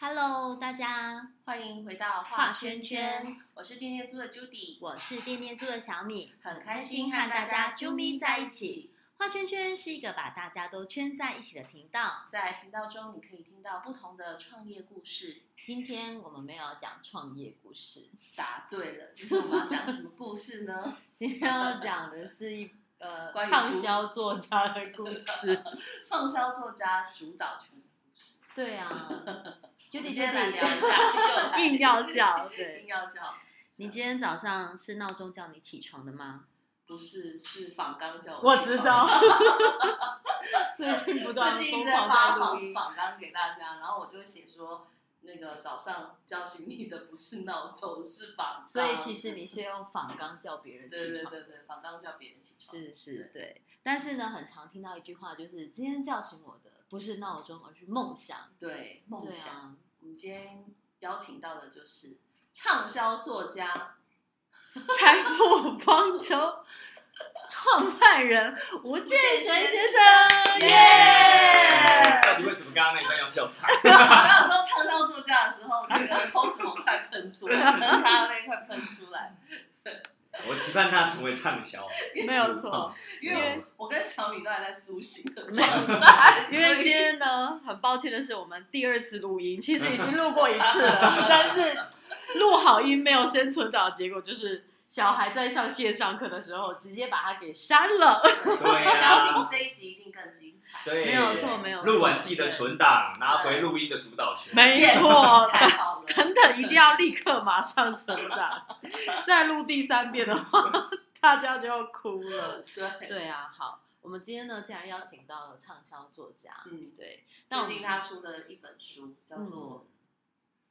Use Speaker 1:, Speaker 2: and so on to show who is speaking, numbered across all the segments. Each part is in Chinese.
Speaker 1: Hello，大家，
Speaker 2: 欢迎回到
Speaker 1: 画
Speaker 2: 圈
Speaker 1: 圈圈，
Speaker 2: 我是店店猪的 Judy，
Speaker 1: 我是店店猪的小米，
Speaker 2: 很开心和大家啾咪在一起。
Speaker 1: 画圈圈是一个把大家都圈在一起的频道。
Speaker 2: 在频道中，你可以听到不同的创业故事。
Speaker 1: 今天我们没有要讲创业故事，
Speaker 2: 答对了，今天我们要讲什么故事呢？
Speaker 1: 今天要讲的是一呃
Speaker 2: 关于
Speaker 1: 畅销作家的故事。
Speaker 2: 创销作家主导权的故事。
Speaker 1: 对 啊，
Speaker 2: 我
Speaker 1: 就
Speaker 2: 们
Speaker 1: 你
Speaker 2: 今天
Speaker 1: 就
Speaker 2: 来聊一下，
Speaker 1: 硬要 叫，对
Speaker 2: 硬。要叫。
Speaker 1: 你今天早上是闹钟叫你起床的吗？
Speaker 2: 不是是仿刚叫
Speaker 1: 我
Speaker 2: 起
Speaker 1: 知
Speaker 2: 床
Speaker 1: 道， 最近不断
Speaker 2: 最近
Speaker 1: 疯
Speaker 2: 一直在
Speaker 1: 狂
Speaker 2: 发
Speaker 1: 在录
Speaker 2: 仿
Speaker 1: 音，
Speaker 2: 仿纲给大家，然后我就写说，那个早上叫醒你的不是闹钟，是仿纲。
Speaker 1: 所以其实你是用仿纲叫别人起
Speaker 2: 对
Speaker 1: 床。
Speaker 2: 对对对，仿纲叫别人起床。
Speaker 1: 是是，对。但是呢，很常听到一句话，就是今天叫醒我的不是闹钟，而是梦想。
Speaker 2: 对梦
Speaker 1: 对
Speaker 2: 想。
Speaker 1: 啊，
Speaker 2: 我们今天邀请到的就是畅销作 家，
Speaker 1: 财富方舟创办人吴建
Speaker 2: 贤
Speaker 1: 贤先
Speaker 2: 先
Speaker 1: 生，
Speaker 2: 耶
Speaker 3: 到底为什么刚刚那一段要笑 场？
Speaker 2: 我有时候唱到作家的时候，那个 Cosmo 快喷出来，咖啡快喷出来，
Speaker 3: 我期盼他成为畅销，嗯
Speaker 1: 没有错，
Speaker 2: 因为我跟小米都还在苏醒的
Speaker 1: 没有啊
Speaker 2: 状态，
Speaker 1: 因为
Speaker 2: 所以
Speaker 1: 今天呢，很抱歉的是，我们第二次录音，其实已经录过一次了，但是录好音没有先存档，结果就是小孩在上线上课的时候，直接把它给删了。
Speaker 3: 对
Speaker 2: 我相信
Speaker 3: 啊，
Speaker 2: 这一集一定更精彩。
Speaker 3: 对，
Speaker 1: 没有错没有错
Speaker 3: 录完记得存档，拿回录音的主导权。
Speaker 1: 没
Speaker 2: Yes，
Speaker 1: 错
Speaker 2: 太好 了。
Speaker 1: 等等，一定要立刻马上成长。再录第三遍的话，大家就要哭了。
Speaker 2: 对，
Speaker 1: 对啊，好，我们今天呢，既然邀请到了畅销作家，
Speaker 2: 嗯，
Speaker 1: 对，那我
Speaker 2: 最近
Speaker 1: 们嗯
Speaker 2: 他出的一本书叫做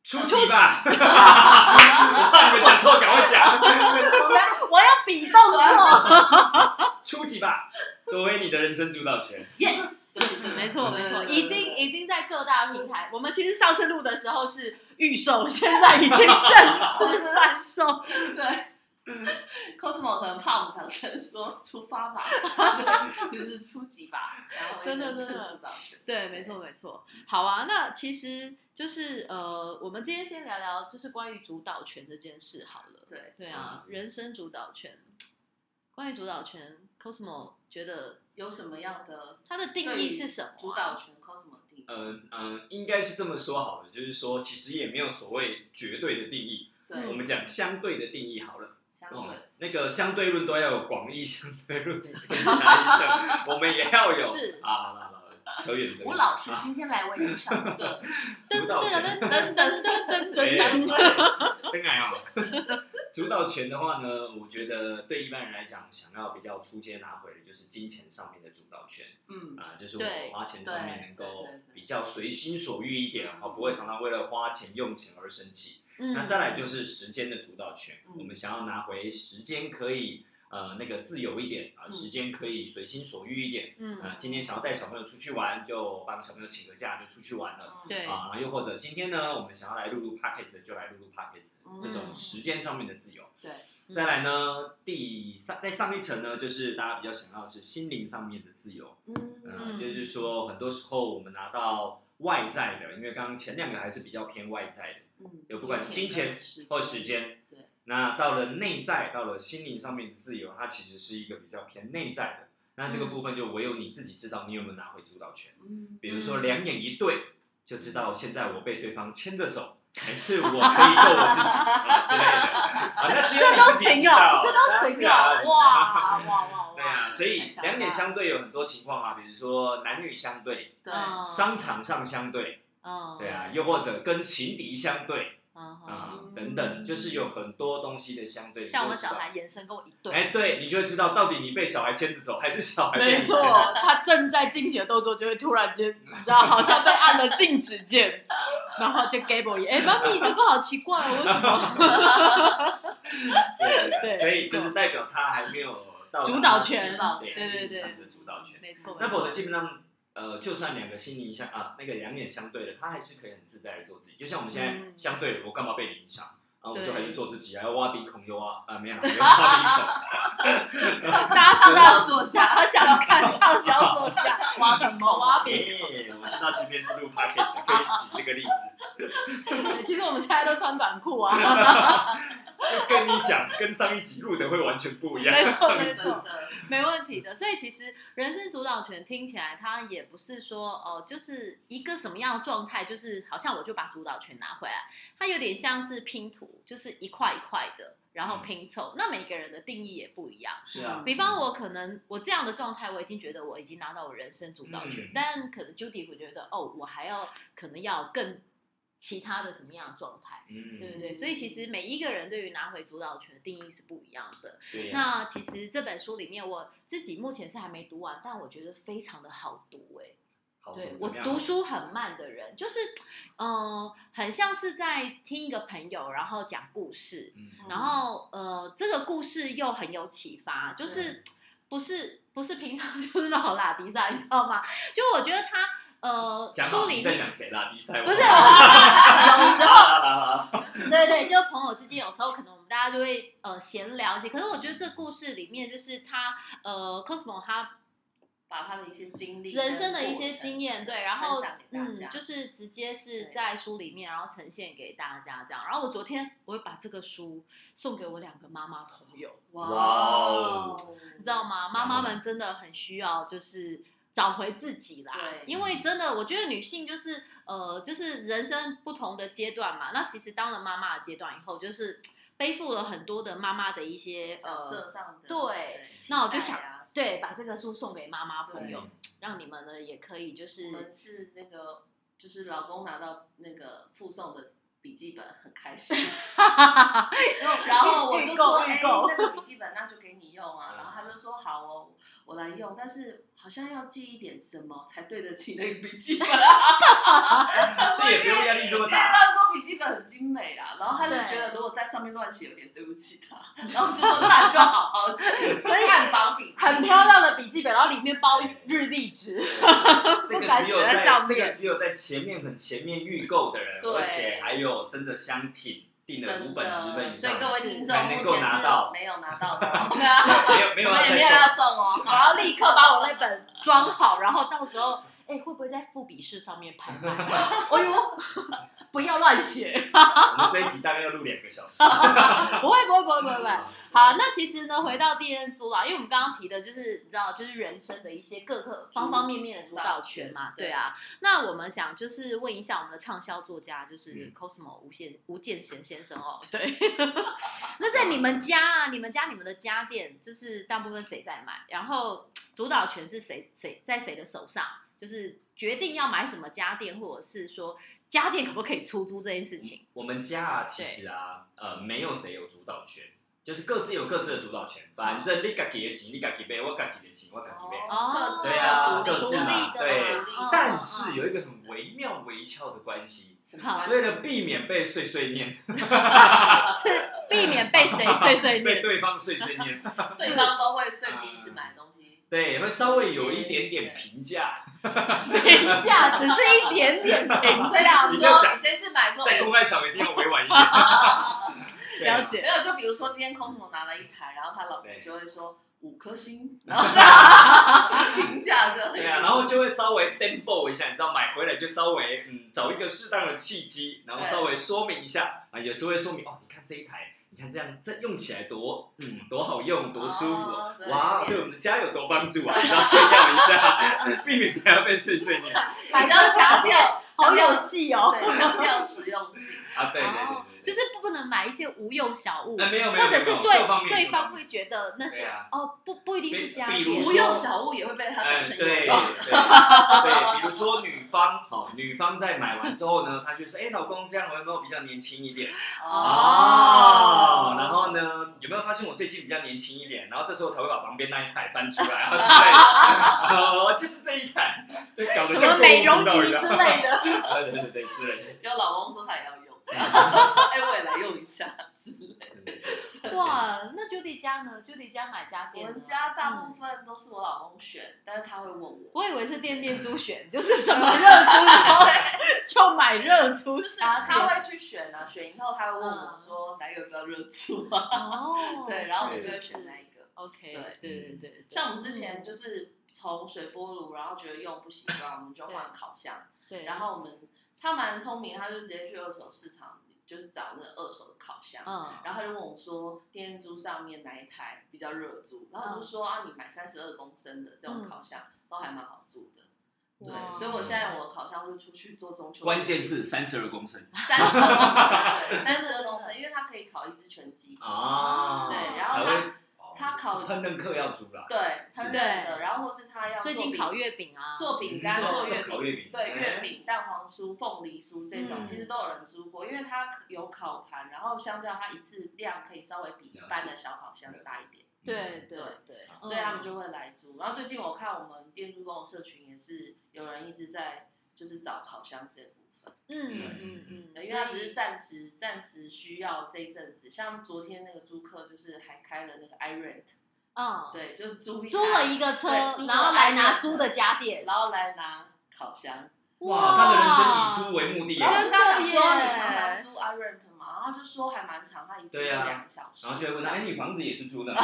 Speaker 3: 初级吧，我怕你们讲错，赶快 讲。
Speaker 1: 我要我要比动作，
Speaker 3: 初级吧，夺回你的人生主导权。
Speaker 2: 《Yes》，就是这个
Speaker 1: 没错没错，
Speaker 2: 对对对对
Speaker 1: 已经已经在各大平台。我们其实上次录的时候是预售，现在已经正式贩 售。
Speaker 2: 对。Cosmo 可能怕我们掌声说出发 吧，就是初级吧，然后
Speaker 1: 真的
Speaker 2: 是
Speaker 1: 真的
Speaker 2: 主导权，
Speaker 1: 对，没错没错。好啊，那其实就是呃，我们今天先聊聊就是关于主导权这件事好了。
Speaker 2: 对，
Speaker 1: 对啊，人生主导权。关于主导权，Cosmo 觉得
Speaker 2: 有什么样的
Speaker 1: 它的定义是什么啊、
Speaker 2: 主导权？Cosmo 定义，
Speaker 3: 呃呃，应该是这么说好了，就是说，其实也没有所谓绝对的定义，
Speaker 2: 对，
Speaker 3: 我们讲相对的定义好了。
Speaker 2: 相
Speaker 3: 哦
Speaker 2: 对，
Speaker 3: 那个相对论都要有广义相对论跟狭义相，我们也要有。
Speaker 1: 是
Speaker 3: 啊，好了好了，扯远这个。
Speaker 2: 吴老师啊
Speaker 3: 啊
Speaker 2: 今天来为您上课，
Speaker 3: 主导权，
Speaker 1: 噔噔噔噔噔
Speaker 3: 嗯
Speaker 2: 相
Speaker 1: 噔噔，
Speaker 2: 对
Speaker 3: 当然啊。 主导权的话呢，我觉得对一般人来讲，想要比较出街拿回的就是金钱上面的主导权
Speaker 2: 嗯，
Speaker 3: 啊、就是
Speaker 1: 对
Speaker 3: 我花钱上面
Speaker 2: 对
Speaker 3: 能够
Speaker 2: 对对对
Speaker 3: 比较随心所欲一点，啊，不会常常为了花钱用钱而生气。
Speaker 1: 嗯
Speaker 3: 那再来就是时间的主导权，
Speaker 2: 嗯
Speaker 3: 我们想要拿回时间可以呃那个自由一点啊、
Speaker 2: 嗯
Speaker 3: 时间可以随心所欲一点
Speaker 1: 嗯
Speaker 3: 啊、今天想要带小朋友出去玩，就帮小朋友请个假就出去玩
Speaker 2: 嗯
Speaker 3: 了。
Speaker 1: 对
Speaker 3: 啊，然后又或者今天呢，我们想要来录录 podcast 的就来录录 podcast，、
Speaker 2: 嗯
Speaker 3: 这种时间上面的自由。
Speaker 2: 对，
Speaker 1: 哦嗯
Speaker 3: 再来呢，第上再上一层呢，就是大家比较想要的是心灵上面的自由。
Speaker 2: 嗯
Speaker 3: 嗯，就是说很多时候我们拿到外在的，因为刚刚前两个还是比较偏外在的，
Speaker 2: 嗯，
Speaker 3: 有不管是金钱或时，间。
Speaker 2: 对，
Speaker 3: 那到了内在，到了心灵上面的自由，它其实是一个比较偏内在的。那这个
Speaker 1: 嗯
Speaker 3: 部分就唯有你自己知道你有没有拿回主导权。
Speaker 2: 嗯，
Speaker 3: 比如说
Speaker 1: 嗯
Speaker 3: 两眼一对，就知道现在我被对方牵着走，还是我可以做我自己 啊之类的。啊，那只有
Speaker 1: 这
Speaker 3: 你
Speaker 1: 都
Speaker 3: 自己知
Speaker 1: 行
Speaker 3: 道
Speaker 1: 哦，这都行
Speaker 3: 对啊
Speaker 1: 哦，哇哇哇
Speaker 3: 对啊，
Speaker 1: 哇！
Speaker 3: 所以
Speaker 2: 太想
Speaker 3: 两
Speaker 2: 法
Speaker 3: 眼相对有很多情况啊，比如说男女相对、
Speaker 2: 对，
Speaker 1: 嗯
Speaker 3: 商场上相对，
Speaker 1: 嗯
Speaker 3: 对啊，又或者跟情敌相对
Speaker 1: 嗯
Speaker 3: 啊
Speaker 1: 嗯，
Speaker 3: 等等，就是有很多东西的相对。
Speaker 1: 像
Speaker 3: 你
Speaker 1: 我
Speaker 3: 就知
Speaker 1: 小
Speaker 3: 道
Speaker 1: 孩延伸跟我一对，
Speaker 3: 哎，对你就会知道到底你被小孩牵着走，还是小孩被
Speaker 1: 没
Speaker 3: 你
Speaker 1: 错
Speaker 3: 牵着走。，
Speaker 1: 他正在进行的动作就会突然间，你知道，好像被按了禁止键，然后就 g a b l e 哎，妈咪，这个好奇怪哦，为什么？
Speaker 3: 对对
Speaker 1: 对
Speaker 3: 对，所以就是代表他还没有到达
Speaker 1: 主导权
Speaker 3: 心理
Speaker 1: 对对
Speaker 3: 心理
Speaker 1: 对
Speaker 3: 上的主导权。
Speaker 1: 没错，
Speaker 3: 那
Speaker 1: 没
Speaker 3: 否则
Speaker 1: 错，
Speaker 3: 基本上，呃，就算两个心灵相啊，那个两眼相对的，他还是可以很自在的做自己。就像我们现在
Speaker 1: 嗯
Speaker 3: 相对，我干嘛被你影响？啊，我
Speaker 1: 对
Speaker 3: 就还是做自己，还要挖鼻孔又挖啊，没有啦，没有挖
Speaker 1: 大家
Speaker 2: 畅
Speaker 1: 知道
Speaker 2: 销作家，
Speaker 1: 他想看畅销作家挖什么挖
Speaker 3: 鼻孔。
Speaker 1: 别
Speaker 3: 耶，我知道今天是录 podcast 的可以举这个例子。
Speaker 1: 对其实我们现在都穿短裤啊，
Speaker 3: 就跟你讲，跟上一集录的会完全不一样。
Speaker 1: 没错
Speaker 3: 上一
Speaker 1: 没
Speaker 3: 集
Speaker 1: 错
Speaker 2: 真的，
Speaker 1: 没问题的。所以其实人生主导权听起来，它也不是说哦、呃就是一个什么样的状态，就是好像我就把主导权拿回来，它有点像是拼图，就是一块一块的，然后拼凑。那每个人的定义也不一样。
Speaker 3: 是啊，
Speaker 1: 比方我可能我这样的状态，我已经觉得我已经拿到我人生主导权，
Speaker 3: 嗯
Speaker 1: 但可能 Judy 会觉得哦，我还要可能要更其他的什么样的状态，
Speaker 3: 嗯，
Speaker 1: 对不
Speaker 3: 对
Speaker 1: 对？所以其实每一个人对于拿回主导权的定义是不一样的。
Speaker 3: 对啊呀
Speaker 1: 那其实这本书里面，我自己目前是还没读完，但我觉得非常的好读哎、
Speaker 3: 好
Speaker 1: 对
Speaker 3: 哦怎
Speaker 1: 我
Speaker 3: 么样啊
Speaker 1: 读书很慢的人，就是嗯、呃很像是在听一个朋友然后讲故事，
Speaker 3: 嗯
Speaker 1: 然后呃，这个故事又很有启发，就是不是不是平常 就是那种拉迪赛，你知道吗？就我觉得他呃，
Speaker 3: 讲
Speaker 1: 书
Speaker 3: 好
Speaker 1: 里
Speaker 3: 你在
Speaker 1: 面
Speaker 3: 讲谁啦？比赛
Speaker 1: 不是 我，有时候
Speaker 3: 候
Speaker 1: 对对，就朋友之间有时候可能我们大家就会呃闲聊一些，可是我觉得这故事里面就是他呃 Cosmo 他
Speaker 2: 把他的一些经历、
Speaker 1: 人生的一些经
Speaker 2: 历，
Speaker 1: 验，对，然后
Speaker 2: 分享给大
Speaker 1: 嗯
Speaker 2: 家，
Speaker 1: 就是直接是
Speaker 2: 对
Speaker 1: 在书里面，然后呈现给大家这样。然后我昨天我会把这个书送给我两个妈妈朋友。
Speaker 2: 哇
Speaker 3: 哇
Speaker 2: 哦，
Speaker 1: 你知道吗？妈妈
Speaker 3: 嗯
Speaker 1: 们真的很需要，就是找回自己啦。
Speaker 2: 对
Speaker 1: 因为真的，我觉得女性就是呃，就是人生不同的阶段嘛。那其实当了妈妈的阶段以后，就是背负了很多的妈妈的一些
Speaker 2: 角色
Speaker 1: 呃，
Speaker 2: 上的
Speaker 1: 对那我就想，
Speaker 2: 期待啊
Speaker 1: 对，把这个书送给妈妈朋友
Speaker 3: 对，
Speaker 1: 让你们呢也可以就
Speaker 2: 我们
Speaker 1: 是
Speaker 2: 是那个，就是老公拿到那个附送的笔记本很 开心，然后我就说，哎、
Speaker 1: 预购
Speaker 2: 那个笔记本那就给你用啊。
Speaker 3: 嗯
Speaker 2: 然后他就说好哦，我来用，但是好像要记一点什么才对得起那个笔记本。
Speaker 3: 是也不用压力这么
Speaker 2: 因为
Speaker 3: 大。
Speaker 2: 他说笔记本很精美啦，然后他就觉得如果在上面乱写有点对不起他，然后我就说那你就好好写，
Speaker 1: 所以
Speaker 2: 看房笔记
Speaker 1: 很漂亮的笔记本，然后里面包日历纸。
Speaker 3: 这个
Speaker 1: 敢
Speaker 3: 只有
Speaker 1: 写在上
Speaker 3: 在这
Speaker 1: 面
Speaker 3: 个只有在前面很前面预购的人，
Speaker 2: 对
Speaker 3: 而且还有真的相挺订了
Speaker 2: 真
Speaker 3: 五本十本
Speaker 2: 的，
Speaker 3: 以
Speaker 2: 所以
Speaker 3: 上
Speaker 2: 各位听众
Speaker 3: 才
Speaker 2: 目
Speaker 3: 能够
Speaker 2: 前
Speaker 3: 拿
Speaker 2: 是
Speaker 3: 到
Speaker 2: 没有拿 到的，哦我们
Speaker 3: 对没有没有要
Speaker 2: 也
Speaker 3: 再
Speaker 2: 没有要
Speaker 3: 送，
Speaker 2: 送哦。
Speaker 1: 我要立刻把我那本装好，然后到时候，哎、会不会在副笔试上面拍卖？ 哎呦， 不要乱写，
Speaker 3: 我们这一集大概要录两 个小时。
Speaker 1: 不会，不会，不会，不会，不会。好，那其实呢，回到 D N 租啦，因为我们刚刚提的就是你知道，就是人生的一些各个方方面面的主导权嘛，
Speaker 2: 主导权
Speaker 1: 对啊。那我们想就是问一下我们的畅销作家，就是
Speaker 3: 嗯
Speaker 1: Cosmo 吴宪吴建贤先生哦，对。 那在你们家啊，你们家你们的家电就是大部分谁在买？然后主导权是谁谁在谁的手上？就是决定要买什么家电，或者是说家电可不可以出租这件事情？
Speaker 3: 我们家啊，其实啊，呃，没有谁有主导权，就是各自有各自的主导权。反正你家己的钱，你家己背；我家己的钱，我家己背。
Speaker 1: 哦，
Speaker 3: 对啊
Speaker 1: 独立
Speaker 3: 各
Speaker 1: 独
Speaker 3: 自
Speaker 1: 立
Speaker 3: 嘛
Speaker 1: 的，
Speaker 3: 对
Speaker 1: 嗯
Speaker 2: 哦
Speaker 1: 嗯
Speaker 3: 但
Speaker 1: 嗯
Speaker 3: 是有一个很微妙、微翘的关系，
Speaker 1: 好
Speaker 3: 为了避免被碎碎念，
Speaker 1: 是避免被谁碎碎
Speaker 3: 被
Speaker 1: 念。
Speaker 3: 对方碎碎念，
Speaker 2: 对方都会对彼此买东西，
Speaker 3: 对，会稍微有一点点评价，
Speaker 1: 评价只是一点点 评
Speaker 2: 所以
Speaker 1: 价，
Speaker 2: 是
Speaker 3: 啊你就
Speaker 2: 说
Speaker 3: 讲
Speaker 2: 你这次买错，
Speaker 3: 在公开场合一定要 委婉一点。对啊
Speaker 1: 了解
Speaker 2: 没有，就比如说今天 Cosmo 拿了一台，然后她老公
Speaker 3: 对
Speaker 2: 就会说五颗 星，然后这样 评价的，
Speaker 3: 对啊，然后就会稍微 demo 一下，你知道，买回来就稍微嗯找一个适当的契机，然后稍微说明一下啊，有时候会说明哦，你看这一台，你看这样这用起来多嗯多好用，多舒服哦，
Speaker 2: 哦
Speaker 3: 哇，对
Speaker 2: 对
Speaker 3: 我们的家有多帮助啊，然后炫耀一下， 避免大家被碎碎念啊，
Speaker 2: 比较强调，
Speaker 1: 好
Speaker 2: 强调
Speaker 1: 有戏哦。
Speaker 2: 对，强调实用性，
Speaker 3: 啊对对
Speaker 1: 哦
Speaker 3: 对对，
Speaker 1: 就是不能买一些无用小物，
Speaker 3: 那没有没有，
Speaker 1: 或者是
Speaker 3: 没有各方
Speaker 1: 对
Speaker 3: 面
Speaker 1: 对
Speaker 3: 各
Speaker 1: 方
Speaker 3: 面
Speaker 1: 会觉得那是
Speaker 3: 对啊
Speaker 1: 哦，不不一定是家
Speaker 3: 比
Speaker 1: 电
Speaker 2: 无
Speaker 3: 如说
Speaker 2: 用哎小物也会被他讲
Speaker 3: 嗯，
Speaker 2: 成有
Speaker 3: 对对
Speaker 2: 用。
Speaker 3: 对，比如说女方，好，女方在买完之后呢，她就说，哎，老公这样我有没有比较年轻一点？
Speaker 1: 哦
Speaker 3: 哦，然后呢，有没有发现我最近比较年轻一点？然后这时候才会把旁边那一台搬出来，然后之类的， 哦，就是这一台，对，搞
Speaker 1: 什
Speaker 3: 得
Speaker 1: 么
Speaker 3: 像
Speaker 1: 美容
Speaker 3: 购物
Speaker 1: 仪
Speaker 3: 频道
Speaker 1: 之
Speaker 3: 一样，
Speaker 1: 类的，
Speaker 3: 对对对对之类的
Speaker 2: 结果老公说他也要 用，哎，我也来用一下之类的。
Speaker 3: 对对对。
Speaker 1: 哇，那 Judy 家呢？Judy 家买家
Speaker 2: 哎我
Speaker 1: 电呢，
Speaker 2: 们家大部分都是我老公选，但是他会问我，
Speaker 1: 我以为是店店猪选，就是什么热猪然后就买热猪
Speaker 2: 就是
Speaker 1: 家电，
Speaker 2: 他会去选啊，选以后他会问我说哪一个比较热醋啊？
Speaker 1: 哦，
Speaker 2: 对，然后我
Speaker 1: 是
Speaker 2: 就会
Speaker 1: 是
Speaker 2: 选那一个。
Speaker 1: OK，
Speaker 2: 对
Speaker 1: 对对对对，
Speaker 2: 像我们之前就是从水波炉，然后觉得用不习惯，我们就换烤箱。
Speaker 1: 对，
Speaker 2: 然后我们他蛮聪明，他就直接去二手市场，就是找那个二手的烤箱。
Speaker 1: 嗯，
Speaker 2: 然后他就问我说，电猪上面哪一台比较热租？然
Speaker 1: 嗯
Speaker 2: 后我就说、啊，你买三十二公升的这种烤箱、都还蛮好租的。
Speaker 1: 哇
Speaker 2: 对，所以我现在我烤箱就出去做中秋。
Speaker 3: 关键字三十二公升
Speaker 2: 三十二公升，对，三十二公升，因为它可以烤一只全鸡。
Speaker 3: 啊，
Speaker 2: 哦对，然后
Speaker 3: 才
Speaker 2: 它
Speaker 3: 会哦
Speaker 2: 它烤
Speaker 3: 烹饪课要煮啦，
Speaker 2: 对，它冷的，然后或是它要做
Speaker 1: 最近
Speaker 2: 饼
Speaker 1: 烤月饼啊，
Speaker 2: 做饼干、
Speaker 3: 嗯
Speaker 2: 做月
Speaker 3: 烤
Speaker 2: 饼，
Speaker 3: 月饼，
Speaker 2: 对月
Speaker 3: 哎，
Speaker 2: 饼、蛋黄酥、凤梨酥这种，
Speaker 1: 嗯
Speaker 2: 其实都有人租过，因为它有烤盘，然后相较它一次量可以稍微比一般的小烤箱大一点，
Speaker 1: 对
Speaker 2: 对
Speaker 1: 对，
Speaker 2: 对，
Speaker 3: 嗯
Speaker 2: 所以他们就会来租。然后最近我看我们店租工的社群也是有人一直在就是找烤箱这部分，
Speaker 1: 嗯
Speaker 3: 对
Speaker 1: 嗯嗯，
Speaker 2: 对，因为它只
Speaker 1: 所
Speaker 2: 是
Speaker 1: 以
Speaker 2: 暂时暂时需要这一阵子，像昨天那个租客就是还开了那个 iRent，
Speaker 1: 嗯，
Speaker 2: 对，就是租一
Speaker 1: 租了
Speaker 2: 台
Speaker 1: 一个车，
Speaker 2: 对租
Speaker 1: 然
Speaker 2: 了
Speaker 1: 后来拿
Speaker 2: iPad
Speaker 1: 租的家电，
Speaker 2: 然后来拿烤箱。
Speaker 3: 哇，他的人生以租为目的耶，啊
Speaker 2: 然后
Speaker 1: 真的
Speaker 2: 就跟他讲说
Speaker 1: 耶
Speaker 2: 你常常租 iRent 嘛，然后他就说还蛮长，他一次就
Speaker 3: 对啊
Speaker 2: 两个小时。
Speaker 3: 然后就会问他，哎，你房子也是租的吗？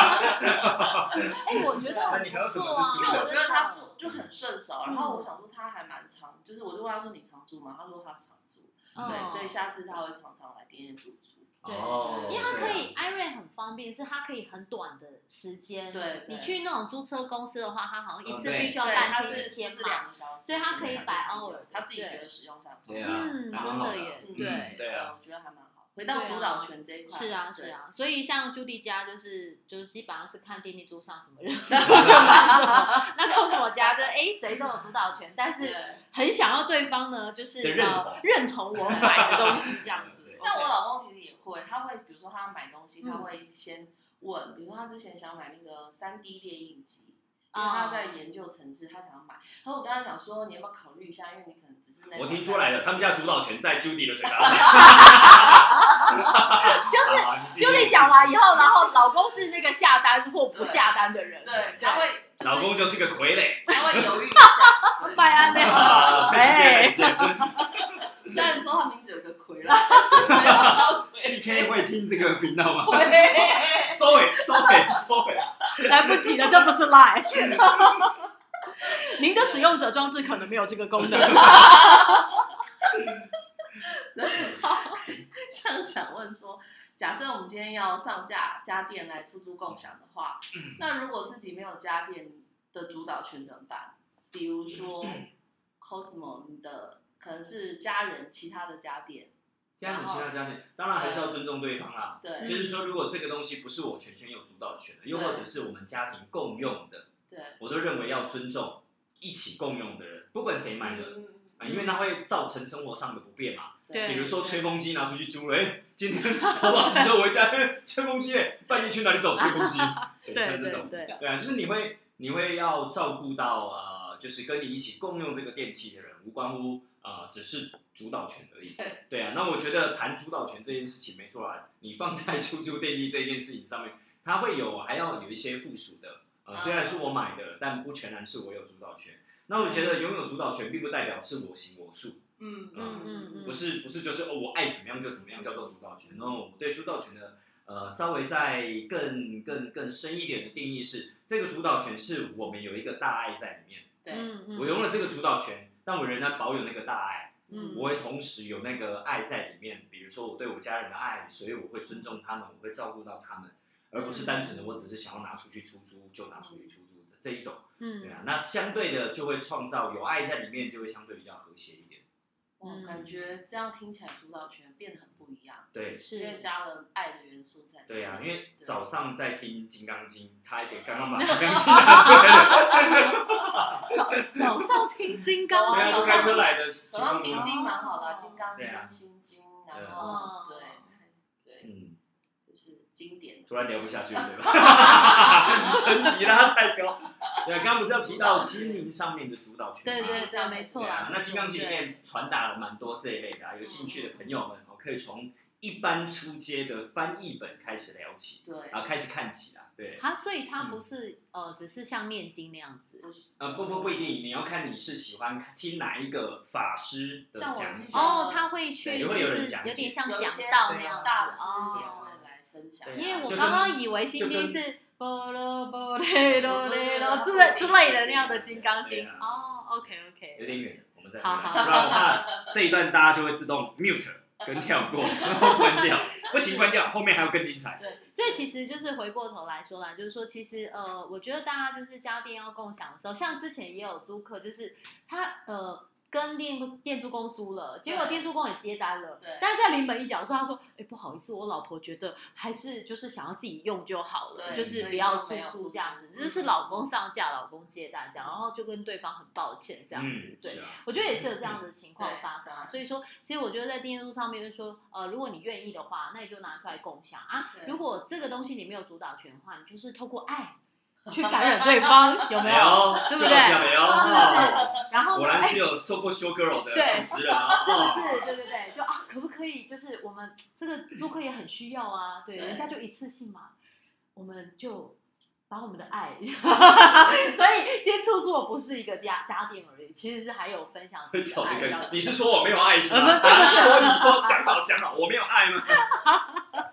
Speaker 1: 哎，我觉得
Speaker 3: 那
Speaker 1: 很
Speaker 3: 你还有
Speaker 1: 不
Speaker 3: 什么
Speaker 1: 错啊，
Speaker 3: 是
Speaker 2: 因
Speaker 3: 租
Speaker 2: 为
Speaker 3: 的
Speaker 2: 我觉得他
Speaker 1: 真的嗯
Speaker 2: 做就很顺手，然后我想说他还蛮长，就是我就问他说你常租吗？他说他常租，对，
Speaker 1: 嗯
Speaker 2: 所以下次他会常常来店店租租。
Speaker 1: 对
Speaker 3: 哦
Speaker 1: 因为它
Speaker 3: 对啊
Speaker 1: 可以 i r o n 很方便，是它可以很短的时间。
Speaker 2: 对对
Speaker 1: 你去那种租车公司的话，它好像一
Speaker 3: 嗯
Speaker 1: 次
Speaker 3: 对
Speaker 1: 必须要
Speaker 2: 对，他
Speaker 1: 烂停
Speaker 2: 是
Speaker 1: 一
Speaker 2: 就
Speaker 1: 天
Speaker 2: 是
Speaker 1: 嘛。
Speaker 2: 两个小时，
Speaker 1: 所以他
Speaker 3: 可以
Speaker 1: 摆 hour
Speaker 2: 他自己
Speaker 1: 对
Speaker 2: 觉得使用上不
Speaker 3: 对
Speaker 2: 错
Speaker 3: 啊，
Speaker 1: 嗯，
Speaker 3: 蛮
Speaker 1: 真
Speaker 3: 好
Speaker 1: 的
Speaker 3: 的
Speaker 1: 耶，
Speaker 2: 嗯
Speaker 1: 对。啊
Speaker 3: 对啊，
Speaker 2: 我觉得还蛮好。回到主导权这一块，
Speaker 1: 是啊，是
Speaker 2: 对，
Speaker 1: 啊，所以像朱迪家就是就是基本上是看电力租上什么 人就买什么，那寇什么家这哎谁都有主导权，但是
Speaker 2: 对。
Speaker 1: 很想要对方呢就是
Speaker 3: 的认
Speaker 1: 呃
Speaker 3: 同
Speaker 1: 认同我买的东西这样子
Speaker 3: 对。
Speaker 2: 像我老公其实也会，他会比如说他买东西，他会先问，比如说他之前想买那个三 D 列印机，因为他
Speaker 1: 哦
Speaker 2: 在
Speaker 1: 嗯
Speaker 2: 研究城市，他想要买。然后我跟他讲说，你要不要考虑一下，因为你可能只是那
Speaker 3: 我听出来了，他们家主导权在 Judy 的嘴巴上。
Speaker 1: 就是
Speaker 3: 好你继续
Speaker 1: Judy 讲完以后，然后老公是那个下单或不下单的人，
Speaker 2: 对，他会就是
Speaker 3: 老公就是个傀儡。
Speaker 2: 他会犹豫一下，对
Speaker 1: 拜安
Speaker 3: 哈
Speaker 1: 那
Speaker 3: 哈 哈
Speaker 1: 哎
Speaker 3: 没事没事
Speaker 2: 虽然说他名字有一个魁啦， 但是没有到魁
Speaker 3: CK 会听这个频道吗？
Speaker 2: 对
Speaker 3: 收尾，收尾，收尾。
Speaker 1: 来不及了，这不是 Line。您的使用者装置可能没有这个功能。
Speaker 2: 像想问说，假设我们今天要上架家电来出租共享的话，
Speaker 3: 嗯
Speaker 2: 那如果自己没有家电的主导权怎么办？比如 说 Cosmo 你的可能是家人其他的家电，
Speaker 3: 家人，其他家人，当然还是要尊重对方啦。
Speaker 2: 对、
Speaker 1: 嗯
Speaker 3: 就是说，如果这个东西不是我全权有主导权的，又或者是我们家庭共用的，
Speaker 2: 对，
Speaker 3: 我都认为要尊重一起共用的人，不管谁买的。
Speaker 2: 嗯
Speaker 3: 啊，因为它会造成生活上的不便嘛，
Speaker 1: 对
Speaker 3: 比如说吹风机拿出去租了，哎，今 天我老师说回家，哎吹风机，哎，半夜去哪里找吹 风机？对，
Speaker 1: 对
Speaker 3: 像这
Speaker 1: 对
Speaker 3: 种，
Speaker 1: 对，
Speaker 3: 对啊，就是你会你会要照顾到呃，就是跟你一起共用这个电器的人，无关乎呃，只是主导权而已。对啊，那我觉得谈主导权这件事情没错啊，你放在出租电器这件事情上面，它会有还要有一些附属的，呃，虽然是我买的，但不全然是我有主导权。那我觉得拥有主导权，并不代表是我行我素，
Speaker 2: 嗯
Speaker 1: 嗯嗯嗯
Speaker 3: 不是不是就是哦，我爱怎么样就怎么样叫做主导权。然后我对主导权的呃稍微再更更更深一点的定义是，这个主导权是我们有一个大爱在里面，
Speaker 2: 对，
Speaker 1: 嗯嗯
Speaker 3: 我拥了这个主导权，但我仍然保有那个大爱，
Speaker 1: 嗯
Speaker 3: 我会同时有那个爱在里面。比如说我对我家人的爱，所以我会尊重他们，我会照顾到他们，而不是单纯的我只是想要拿出去出租就拿出去出租的这一种。对
Speaker 1: 嗯
Speaker 3: 啊，那相对的就会创造有爱在里面，就会相对比较和谐一点。
Speaker 2: 我感觉这样听起来主导权变得很不一样，
Speaker 3: 对，
Speaker 2: 因为
Speaker 1: 是。
Speaker 2: 加了爱的元素在里面。
Speaker 3: 对呀、啊因为
Speaker 2: 对
Speaker 3: 早上在听《金刚经》，差一点刚 刚把《金刚经》拿出来了。
Speaker 1: 早早上听《金刚
Speaker 2: 早
Speaker 1: 经
Speaker 2: 上
Speaker 3: 对啊，都》，开车来的时
Speaker 2: 早上
Speaker 3: 候，
Speaker 2: 听经蛮好的啊，
Speaker 1: 哦
Speaker 2: 金刚
Speaker 3: 对啊
Speaker 2: 经、心经，
Speaker 3: 对
Speaker 2: 然
Speaker 1: 啊
Speaker 2: 后对对，
Speaker 3: 嗯，
Speaker 2: 就是经典。
Speaker 3: 突然聊不下去了，对吧？ 层级拉太高。对、啊，刚刚不是要提到心灵上面的主导权
Speaker 1: 对
Speaker 3: 吗？
Speaker 1: 对对，没错
Speaker 3: 对啊
Speaker 1: 啦。，
Speaker 3: 那《金刚经》里面传达了蛮多这一类的、啊，有兴趣的朋友们哦，可以从一般出街的翻译本开始聊起，
Speaker 2: 对
Speaker 3: 啊，开始看起啊，对。
Speaker 1: 它所以它不是呃，只是像念经那样子。
Speaker 3: 呃，不不不一定，你要看你是喜欢听哪一个法师的
Speaker 2: 像我
Speaker 3: 讲
Speaker 2: 之
Speaker 3: 解
Speaker 2: 前。
Speaker 1: 哦，他会去
Speaker 3: 对
Speaker 1: 就
Speaker 3: 会有人
Speaker 1: 是
Speaker 3: 讲解
Speaker 1: 有点像
Speaker 2: 有一
Speaker 1: 讲
Speaker 2: 些
Speaker 1: 道那
Speaker 3: 对
Speaker 1: 样
Speaker 2: 大
Speaker 1: 子
Speaker 2: 师也
Speaker 1: 啊哦。
Speaker 2: 会来分享。
Speaker 3: 对啊
Speaker 1: 因为我
Speaker 3: 就跟
Speaker 1: 刚刚以为心经
Speaker 3: 就跟
Speaker 1: 是波罗波雷罗雷罗之
Speaker 2: 对对对
Speaker 1: 类之类的那样的《金刚经
Speaker 3: 对》啊
Speaker 1: 哦，OK OK，
Speaker 3: 有点远，我们们再回
Speaker 4: 好
Speaker 3: 来，
Speaker 4: 好
Speaker 3: 不然我怕这一段大家就会自动 mute 跟跳 过，然后关掉，不行关掉，后面还有更精彩。
Speaker 1: 对，所以其实就是回过头来说啦，就是说，其实呃，我觉得大家就是家电要共享的时候，像之前也有租客，就是他呃跟店店租公租了，结果
Speaker 2: 对
Speaker 1: 店租公也接单了
Speaker 2: 对，
Speaker 1: 但是在临门一脚的时候，他说，哎、不好意思，我老婆觉得还是就是想要自己用就好了，
Speaker 2: 对
Speaker 1: 就是
Speaker 2: 所
Speaker 1: 不
Speaker 2: 以
Speaker 1: 要
Speaker 2: 就
Speaker 1: 出
Speaker 2: 没有出
Speaker 1: 租这样子，
Speaker 2: 租嗯
Speaker 1: 就是老公上架，老公接单这样，然后就跟对方很抱歉这样子，
Speaker 3: 嗯，
Speaker 1: 对
Speaker 3: 是。啊，
Speaker 1: 我觉得也是有这样的情况
Speaker 2: 对
Speaker 1: 发生啊
Speaker 2: 当，然
Speaker 1: 所以说，其实我觉得在订阅度上面，就是说，呃，如果你愿意的话，那你就拿出来共享啊。
Speaker 2: 对
Speaker 1: 如果这个东西你没有主导权的话，你就是透过 爱去感染对方，有没
Speaker 3: 没
Speaker 1: 有？
Speaker 3: 有，
Speaker 1: 对不
Speaker 3: 哎这
Speaker 1: 对
Speaker 3: 样讲没有，
Speaker 1: 是不
Speaker 3: 哦
Speaker 1: 是？然后
Speaker 3: 果
Speaker 1: 呢，
Speaker 3: 然
Speaker 1: 哎，
Speaker 3: 是有做过 show girl 的
Speaker 1: 对
Speaker 3: 主持 人啊，
Speaker 1: 是不
Speaker 3: 哦
Speaker 1: 是？对对对，就啊，可不可以？就是我们这个租客也很需要啊，对，
Speaker 2: 对
Speaker 1: 人家就一次性嘛，我们就。把我们的 爱，所以今天出租我不是一个家家电而已，其实是还有分享自
Speaker 3: 会
Speaker 1: 己的
Speaker 3: 吵
Speaker 1: 爱
Speaker 3: 一
Speaker 1: 这样
Speaker 3: 个，你是说我没有爱心吗？
Speaker 4: 哎呃不是不是
Speaker 3: 你说你说讲好讲好，我没有 爱吗？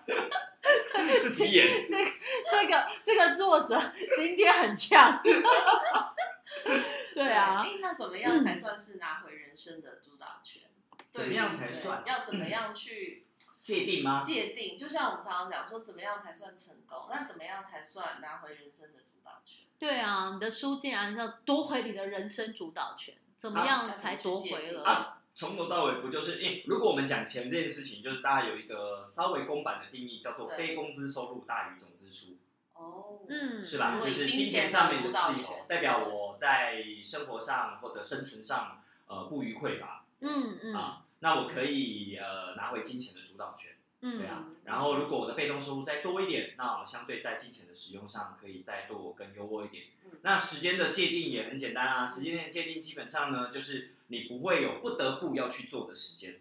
Speaker 3: 自己演，
Speaker 1: 这个这个作者今天很 呛， 对啊，
Speaker 2: 哎，那怎么样才算是拿回人生的主导权？
Speaker 3: 怎
Speaker 2: 对
Speaker 3: 么
Speaker 2: 于
Speaker 3: 样才
Speaker 2: 对
Speaker 3: 算
Speaker 2: 要怎么样去
Speaker 3: 界定吗？
Speaker 2: 界定？就像我们常常讲说，怎么样才算成功？那怎么样才算拿回人生的主导权？
Speaker 1: 对啊，你的书竟然要夺回你的人生主导权，怎么样才夺回了？
Speaker 3: 啊从头到尾不就是？因为如果我们讲钱这件事情，就是大家有一个稍微公版的定义，叫做
Speaker 2: 对
Speaker 3: 非工资收入大于总支出，
Speaker 2: 哦，，
Speaker 1: 嗯，
Speaker 3: 是吧？
Speaker 2: 嗯
Speaker 3: 就是金钱上面的自由，代表我在生活上或者生存上呃不虞匮乏
Speaker 1: 嗯嗯
Speaker 3: 啊，那我可以呃拿回金钱的主导权。对
Speaker 1: 嗯，
Speaker 3: 啊，然后如果我的被动收入再多一点，那我相对在金钱的使用上可以再多更优渥一点
Speaker 2: 嗯。
Speaker 3: 那时间的界定也很简单啊，时间的界定基本上呢，就是你不会有不得不要去做的时间，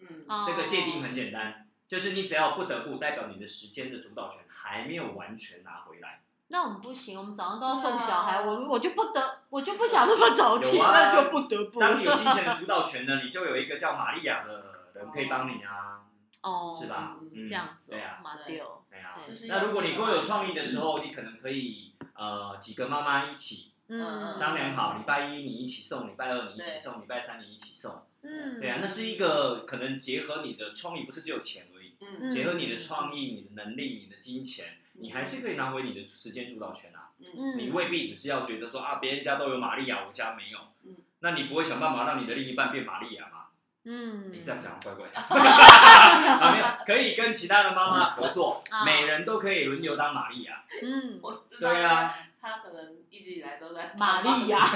Speaker 2: 嗯，
Speaker 1: 哦
Speaker 3: 这个界定很简单，就是你只要不得不，代表你的时间的主导权还没有完全拿回来。
Speaker 1: 那我们不行，我们早上都要送
Speaker 2: 对啊
Speaker 1: 小孩，我我就不得，我就不想那么早起，
Speaker 3: 有啊
Speaker 1: 那就不得不
Speaker 3: 当你有金钱的主导权呢，你就有一个叫玛利亚的人可以帮你啊，
Speaker 1: 哦，
Speaker 3: 是吧？嗯
Speaker 1: 这样子
Speaker 3: 对啊
Speaker 1: 哦，，马丢，
Speaker 3: 对啊。
Speaker 2: 就是
Speaker 3: 那如果你够有创
Speaker 2: 意，
Speaker 3: 意的时候，你可能可以呃几个妈妈一起。
Speaker 1: 嗯，
Speaker 3: 商量好，礼拜一你一起送，礼拜二你一起送，礼拜三你一起送。
Speaker 1: 嗯，
Speaker 3: 对啊，那是一个可能结合你的创意，不是只有钱而已，
Speaker 2: 嗯，
Speaker 3: 结合你的创意、你的能力、你的金钱，你还是可以拿回你的时间主导权啊。
Speaker 2: 嗯，
Speaker 1: 嗯，
Speaker 3: 你未必只是要觉得说啊，别人家都有玛利亚，我家没有
Speaker 2: 嗯，
Speaker 3: 那你不会想办法让你的另一半变玛利亚吗？
Speaker 1: 嗯，
Speaker 3: 你这样讲怪怪的。
Speaker 2: 嗯
Speaker 3: 啊，没有，可以跟其他的妈妈合作
Speaker 1: 啊，
Speaker 3: 每人都可以轮流当玛利亚。
Speaker 1: 嗯，
Speaker 2: 我知道，
Speaker 3: 对，啊，
Speaker 2: 他可能一直以来都在
Speaker 1: 玛丽亚。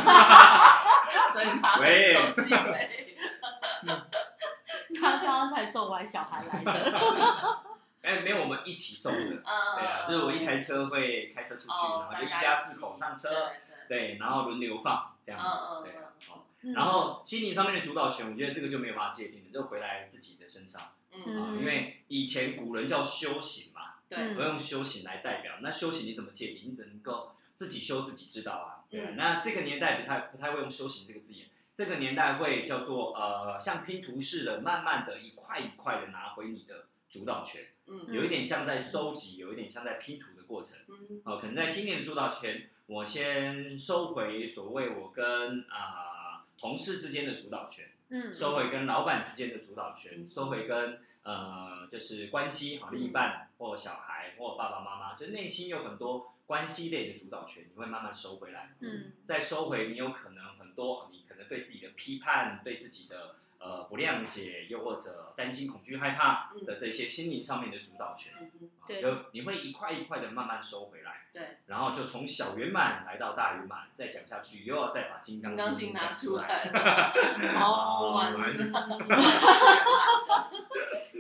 Speaker 2: 所以他很
Speaker 3: 喂
Speaker 2: 熟悉嘞。
Speaker 1: 他刚刚才送完小孩来的。
Speaker 3: 哎，没有，我们一起送的。对啊，就是我一台车会开车出去，
Speaker 2: 嗯哦
Speaker 3: 然后就一
Speaker 2: 大家
Speaker 3: 家
Speaker 2: 一
Speaker 3: 四
Speaker 2: 起
Speaker 3: 口上
Speaker 2: 对
Speaker 3: 车，
Speaker 2: 对
Speaker 3: 对，然后轮流放这样子
Speaker 2: 嗯嗯，
Speaker 3: 对
Speaker 2: 嗯
Speaker 3: 啊。好
Speaker 1: 嗯
Speaker 3: 然后心灵上面的主导权，我觉得这个就没有办法界定了，就回来自己的身上啊。
Speaker 2: 嗯
Speaker 1: 嗯
Speaker 3: 因为以前古人叫修行嘛，
Speaker 2: 对
Speaker 3: 我用修行来代表。那修行你怎么界定？你只能够自己修自己知道啊。对啊
Speaker 2: 嗯
Speaker 3: 那这个年代不太不太会用修行这个字眼，这个年代会叫做呃，像拼图似的，慢慢的一块一块的拿回你的主导权，
Speaker 2: 嗯
Speaker 3: 啊有一点像在收集，有一点像在拼图的过程。
Speaker 2: 嗯
Speaker 3: 哦，可能在新年的主导权，我先收回所谓我跟啊、同事之间的主导权，
Speaker 1: 嗯
Speaker 3: 收回跟老板之间的主导权，
Speaker 2: 嗯
Speaker 3: 收回跟呃就是关系好另一半或小孩或爸爸妈妈，就内心有很多关系类的主导权，你会慢慢收回来，
Speaker 1: 嗯
Speaker 3: 再收回你有可能很多你可能对自己的批判，对自己的。呃，不谅解，又或者担心、恐惧、害怕的这些心灵上面的主导权，
Speaker 2: 嗯
Speaker 3: 啊
Speaker 1: 对
Speaker 3: 就你会一块一块的慢慢收回来，
Speaker 2: 对，
Speaker 3: 然后就从小圆满来到大圆满，再讲下去又要再把
Speaker 2: 金
Speaker 3: 金刚
Speaker 2: 刚
Speaker 3: 经
Speaker 2: 经
Speaker 3: 讲
Speaker 2: 拿
Speaker 3: 出
Speaker 2: 出
Speaker 3: 来，啊
Speaker 2: 来了，
Speaker 1: 哦
Speaker 2: 完
Speaker 3: 完了
Speaker 1: 嗯
Speaker 3: 嗯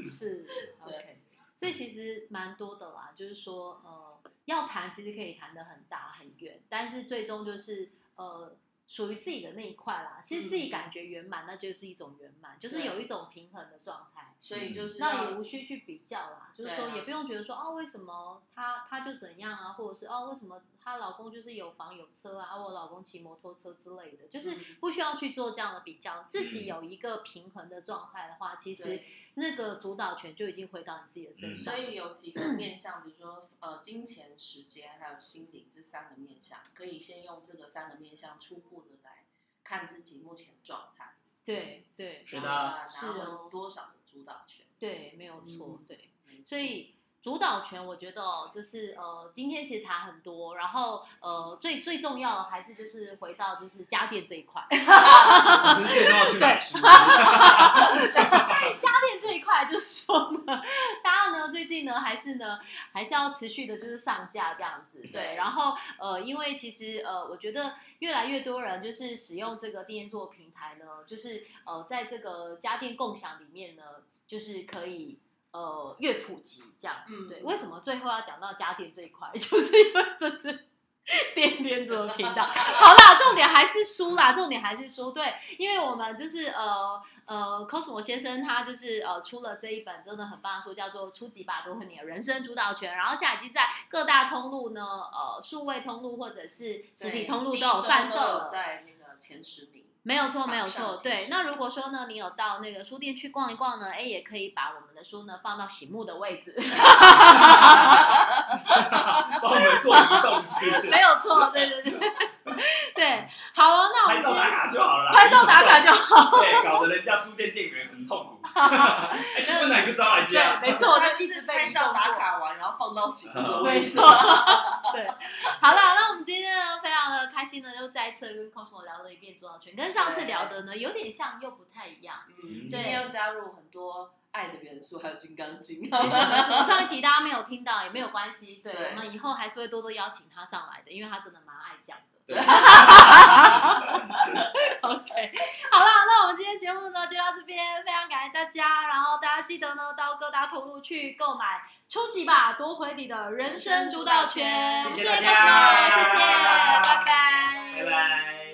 Speaker 1: 是 OK，所以其实蛮多的啦，就是说呃，要谈其实可以谈的很大很远，但是最终就是呃。属于自己的那一块啦，其实自
Speaker 2: 嗯
Speaker 1: 己感觉圆满，那就是一种圆满，就是有一种平衡的状态。
Speaker 2: 所以就是
Speaker 1: 那也
Speaker 2: 要
Speaker 1: 无需去比较啦，就是
Speaker 2: 对
Speaker 1: 说
Speaker 2: 啊
Speaker 1: 也不用觉得说哦，为什么她她就怎样啊，或者是哦，为什么她老公就是有房有车啊，我老公骑摩托车之类的，就是
Speaker 2: 嗯
Speaker 1: 不需要去做这样的比较，自己
Speaker 3: 嗯
Speaker 1: 有一个平衡的状态的话，其实
Speaker 2: 对
Speaker 1: 那个主导权就已经回到你自己的身
Speaker 3: 嗯
Speaker 1: 上
Speaker 2: 所。以有几个面向，比如说呃金钱、时间还有心灵这三个面向，可以先用这个三个面向初步的来看自己目前的状态，
Speaker 1: 对对
Speaker 3: 是的
Speaker 2: 然
Speaker 1: 是
Speaker 2: 后
Speaker 1: 的
Speaker 2: 拿回多少的主导权。
Speaker 1: 对，没有错
Speaker 2: 嗯，
Speaker 1: 对。
Speaker 2: 没错
Speaker 1: 所以主导权，我觉得哦就是呃，今天其实谈很多，然后呃，最最重要的还是就是回到就是家电这一块，
Speaker 3: 不是最重要去哪吃？
Speaker 1: 家电这一块就是说呢，大家呢最近呢还是呢还是要持续的就是上架这样子，对，
Speaker 2: 对
Speaker 1: 然后呃，因为其实呃，我觉得越来越多人就是使用这个电做平台呢，就是呃，在这个家电共享里面呢，就是可以。呃，越普及这样，
Speaker 2: 嗯
Speaker 1: 对。为什么最后要讲到家电这一块？ 就是因为这是电电这个频道，好啦，重点还是书啦，重点还是书。对，因为我们就是呃呃，Cosmo 先生他就是呃出了这一本真的很棒的书，叫做《初级吧，夺回你的人生主导权》，然后现在已经在各大通路呢，呃，数位通路或者是实体通路
Speaker 2: 对
Speaker 1: 都有
Speaker 2: 第一周
Speaker 1: 贩售
Speaker 2: 都有
Speaker 1: 了。
Speaker 2: 在那个前十名。
Speaker 1: 没有错，
Speaker 2: 榜
Speaker 1: 没有
Speaker 2: 上
Speaker 1: 错。
Speaker 2: 其
Speaker 1: 对，
Speaker 2: 实
Speaker 1: 那如果说呢，你有到那个书店去逛一逛呢，哎，也可以把我们的书呢放到醒目的位置，
Speaker 3: 帮我们做移动，是不
Speaker 2: 啊
Speaker 3: 是？
Speaker 1: 没有错。对对 对，对，好哦，那我
Speaker 3: 拍
Speaker 1: 们
Speaker 3: 照打
Speaker 1: 先
Speaker 3: 卡就好了啦，
Speaker 1: 拍照打卡就好。
Speaker 3: 对，搞得人家书店店员很痛 苦。哎，去问哪个招来
Speaker 1: 对，
Speaker 3: 家？
Speaker 1: 没错，
Speaker 2: 他
Speaker 1: 就
Speaker 2: 就
Speaker 1: 一直
Speaker 2: 是
Speaker 1: 被
Speaker 2: 拍
Speaker 1: 移
Speaker 2: 照
Speaker 1: 动
Speaker 2: 打
Speaker 1: 过
Speaker 2: 卡完，然后放到行动
Speaker 1: 没
Speaker 2: 位
Speaker 1: 错， 对，好了，那我们今天呢非常的开心呢，又再次跟 Cosmo 聊了一遍主导权，跟上次聊的呢有点像又不太一样。
Speaker 2: 嗯，
Speaker 3: 对
Speaker 2: 今天要加入很多爱的元素，还有金刚经。啊
Speaker 1: 没错没错上一集大家没有听到也没有关系，对
Speaker 2: 对
Speaker 1: 我们以后还是会多多邀请他上来的，因为他真的蛮爱讲的。
Speaker 3: 对
Speaker 1: OK，好了，那我们今天节目呢就到这边，非常感谢大家，然后大家记得呢到各大通路去购买初级吧，夺回你的人生主导权。
Speaker 2: 谢
Speaker 3: 谢
Speaker 1: 我们谢
Speaker 3: 大
Speaker 1: 谢
Speaker 3: 家
Speaker 1: Cosmo，谢谢，拜拜
Speaker 3: 拜拜。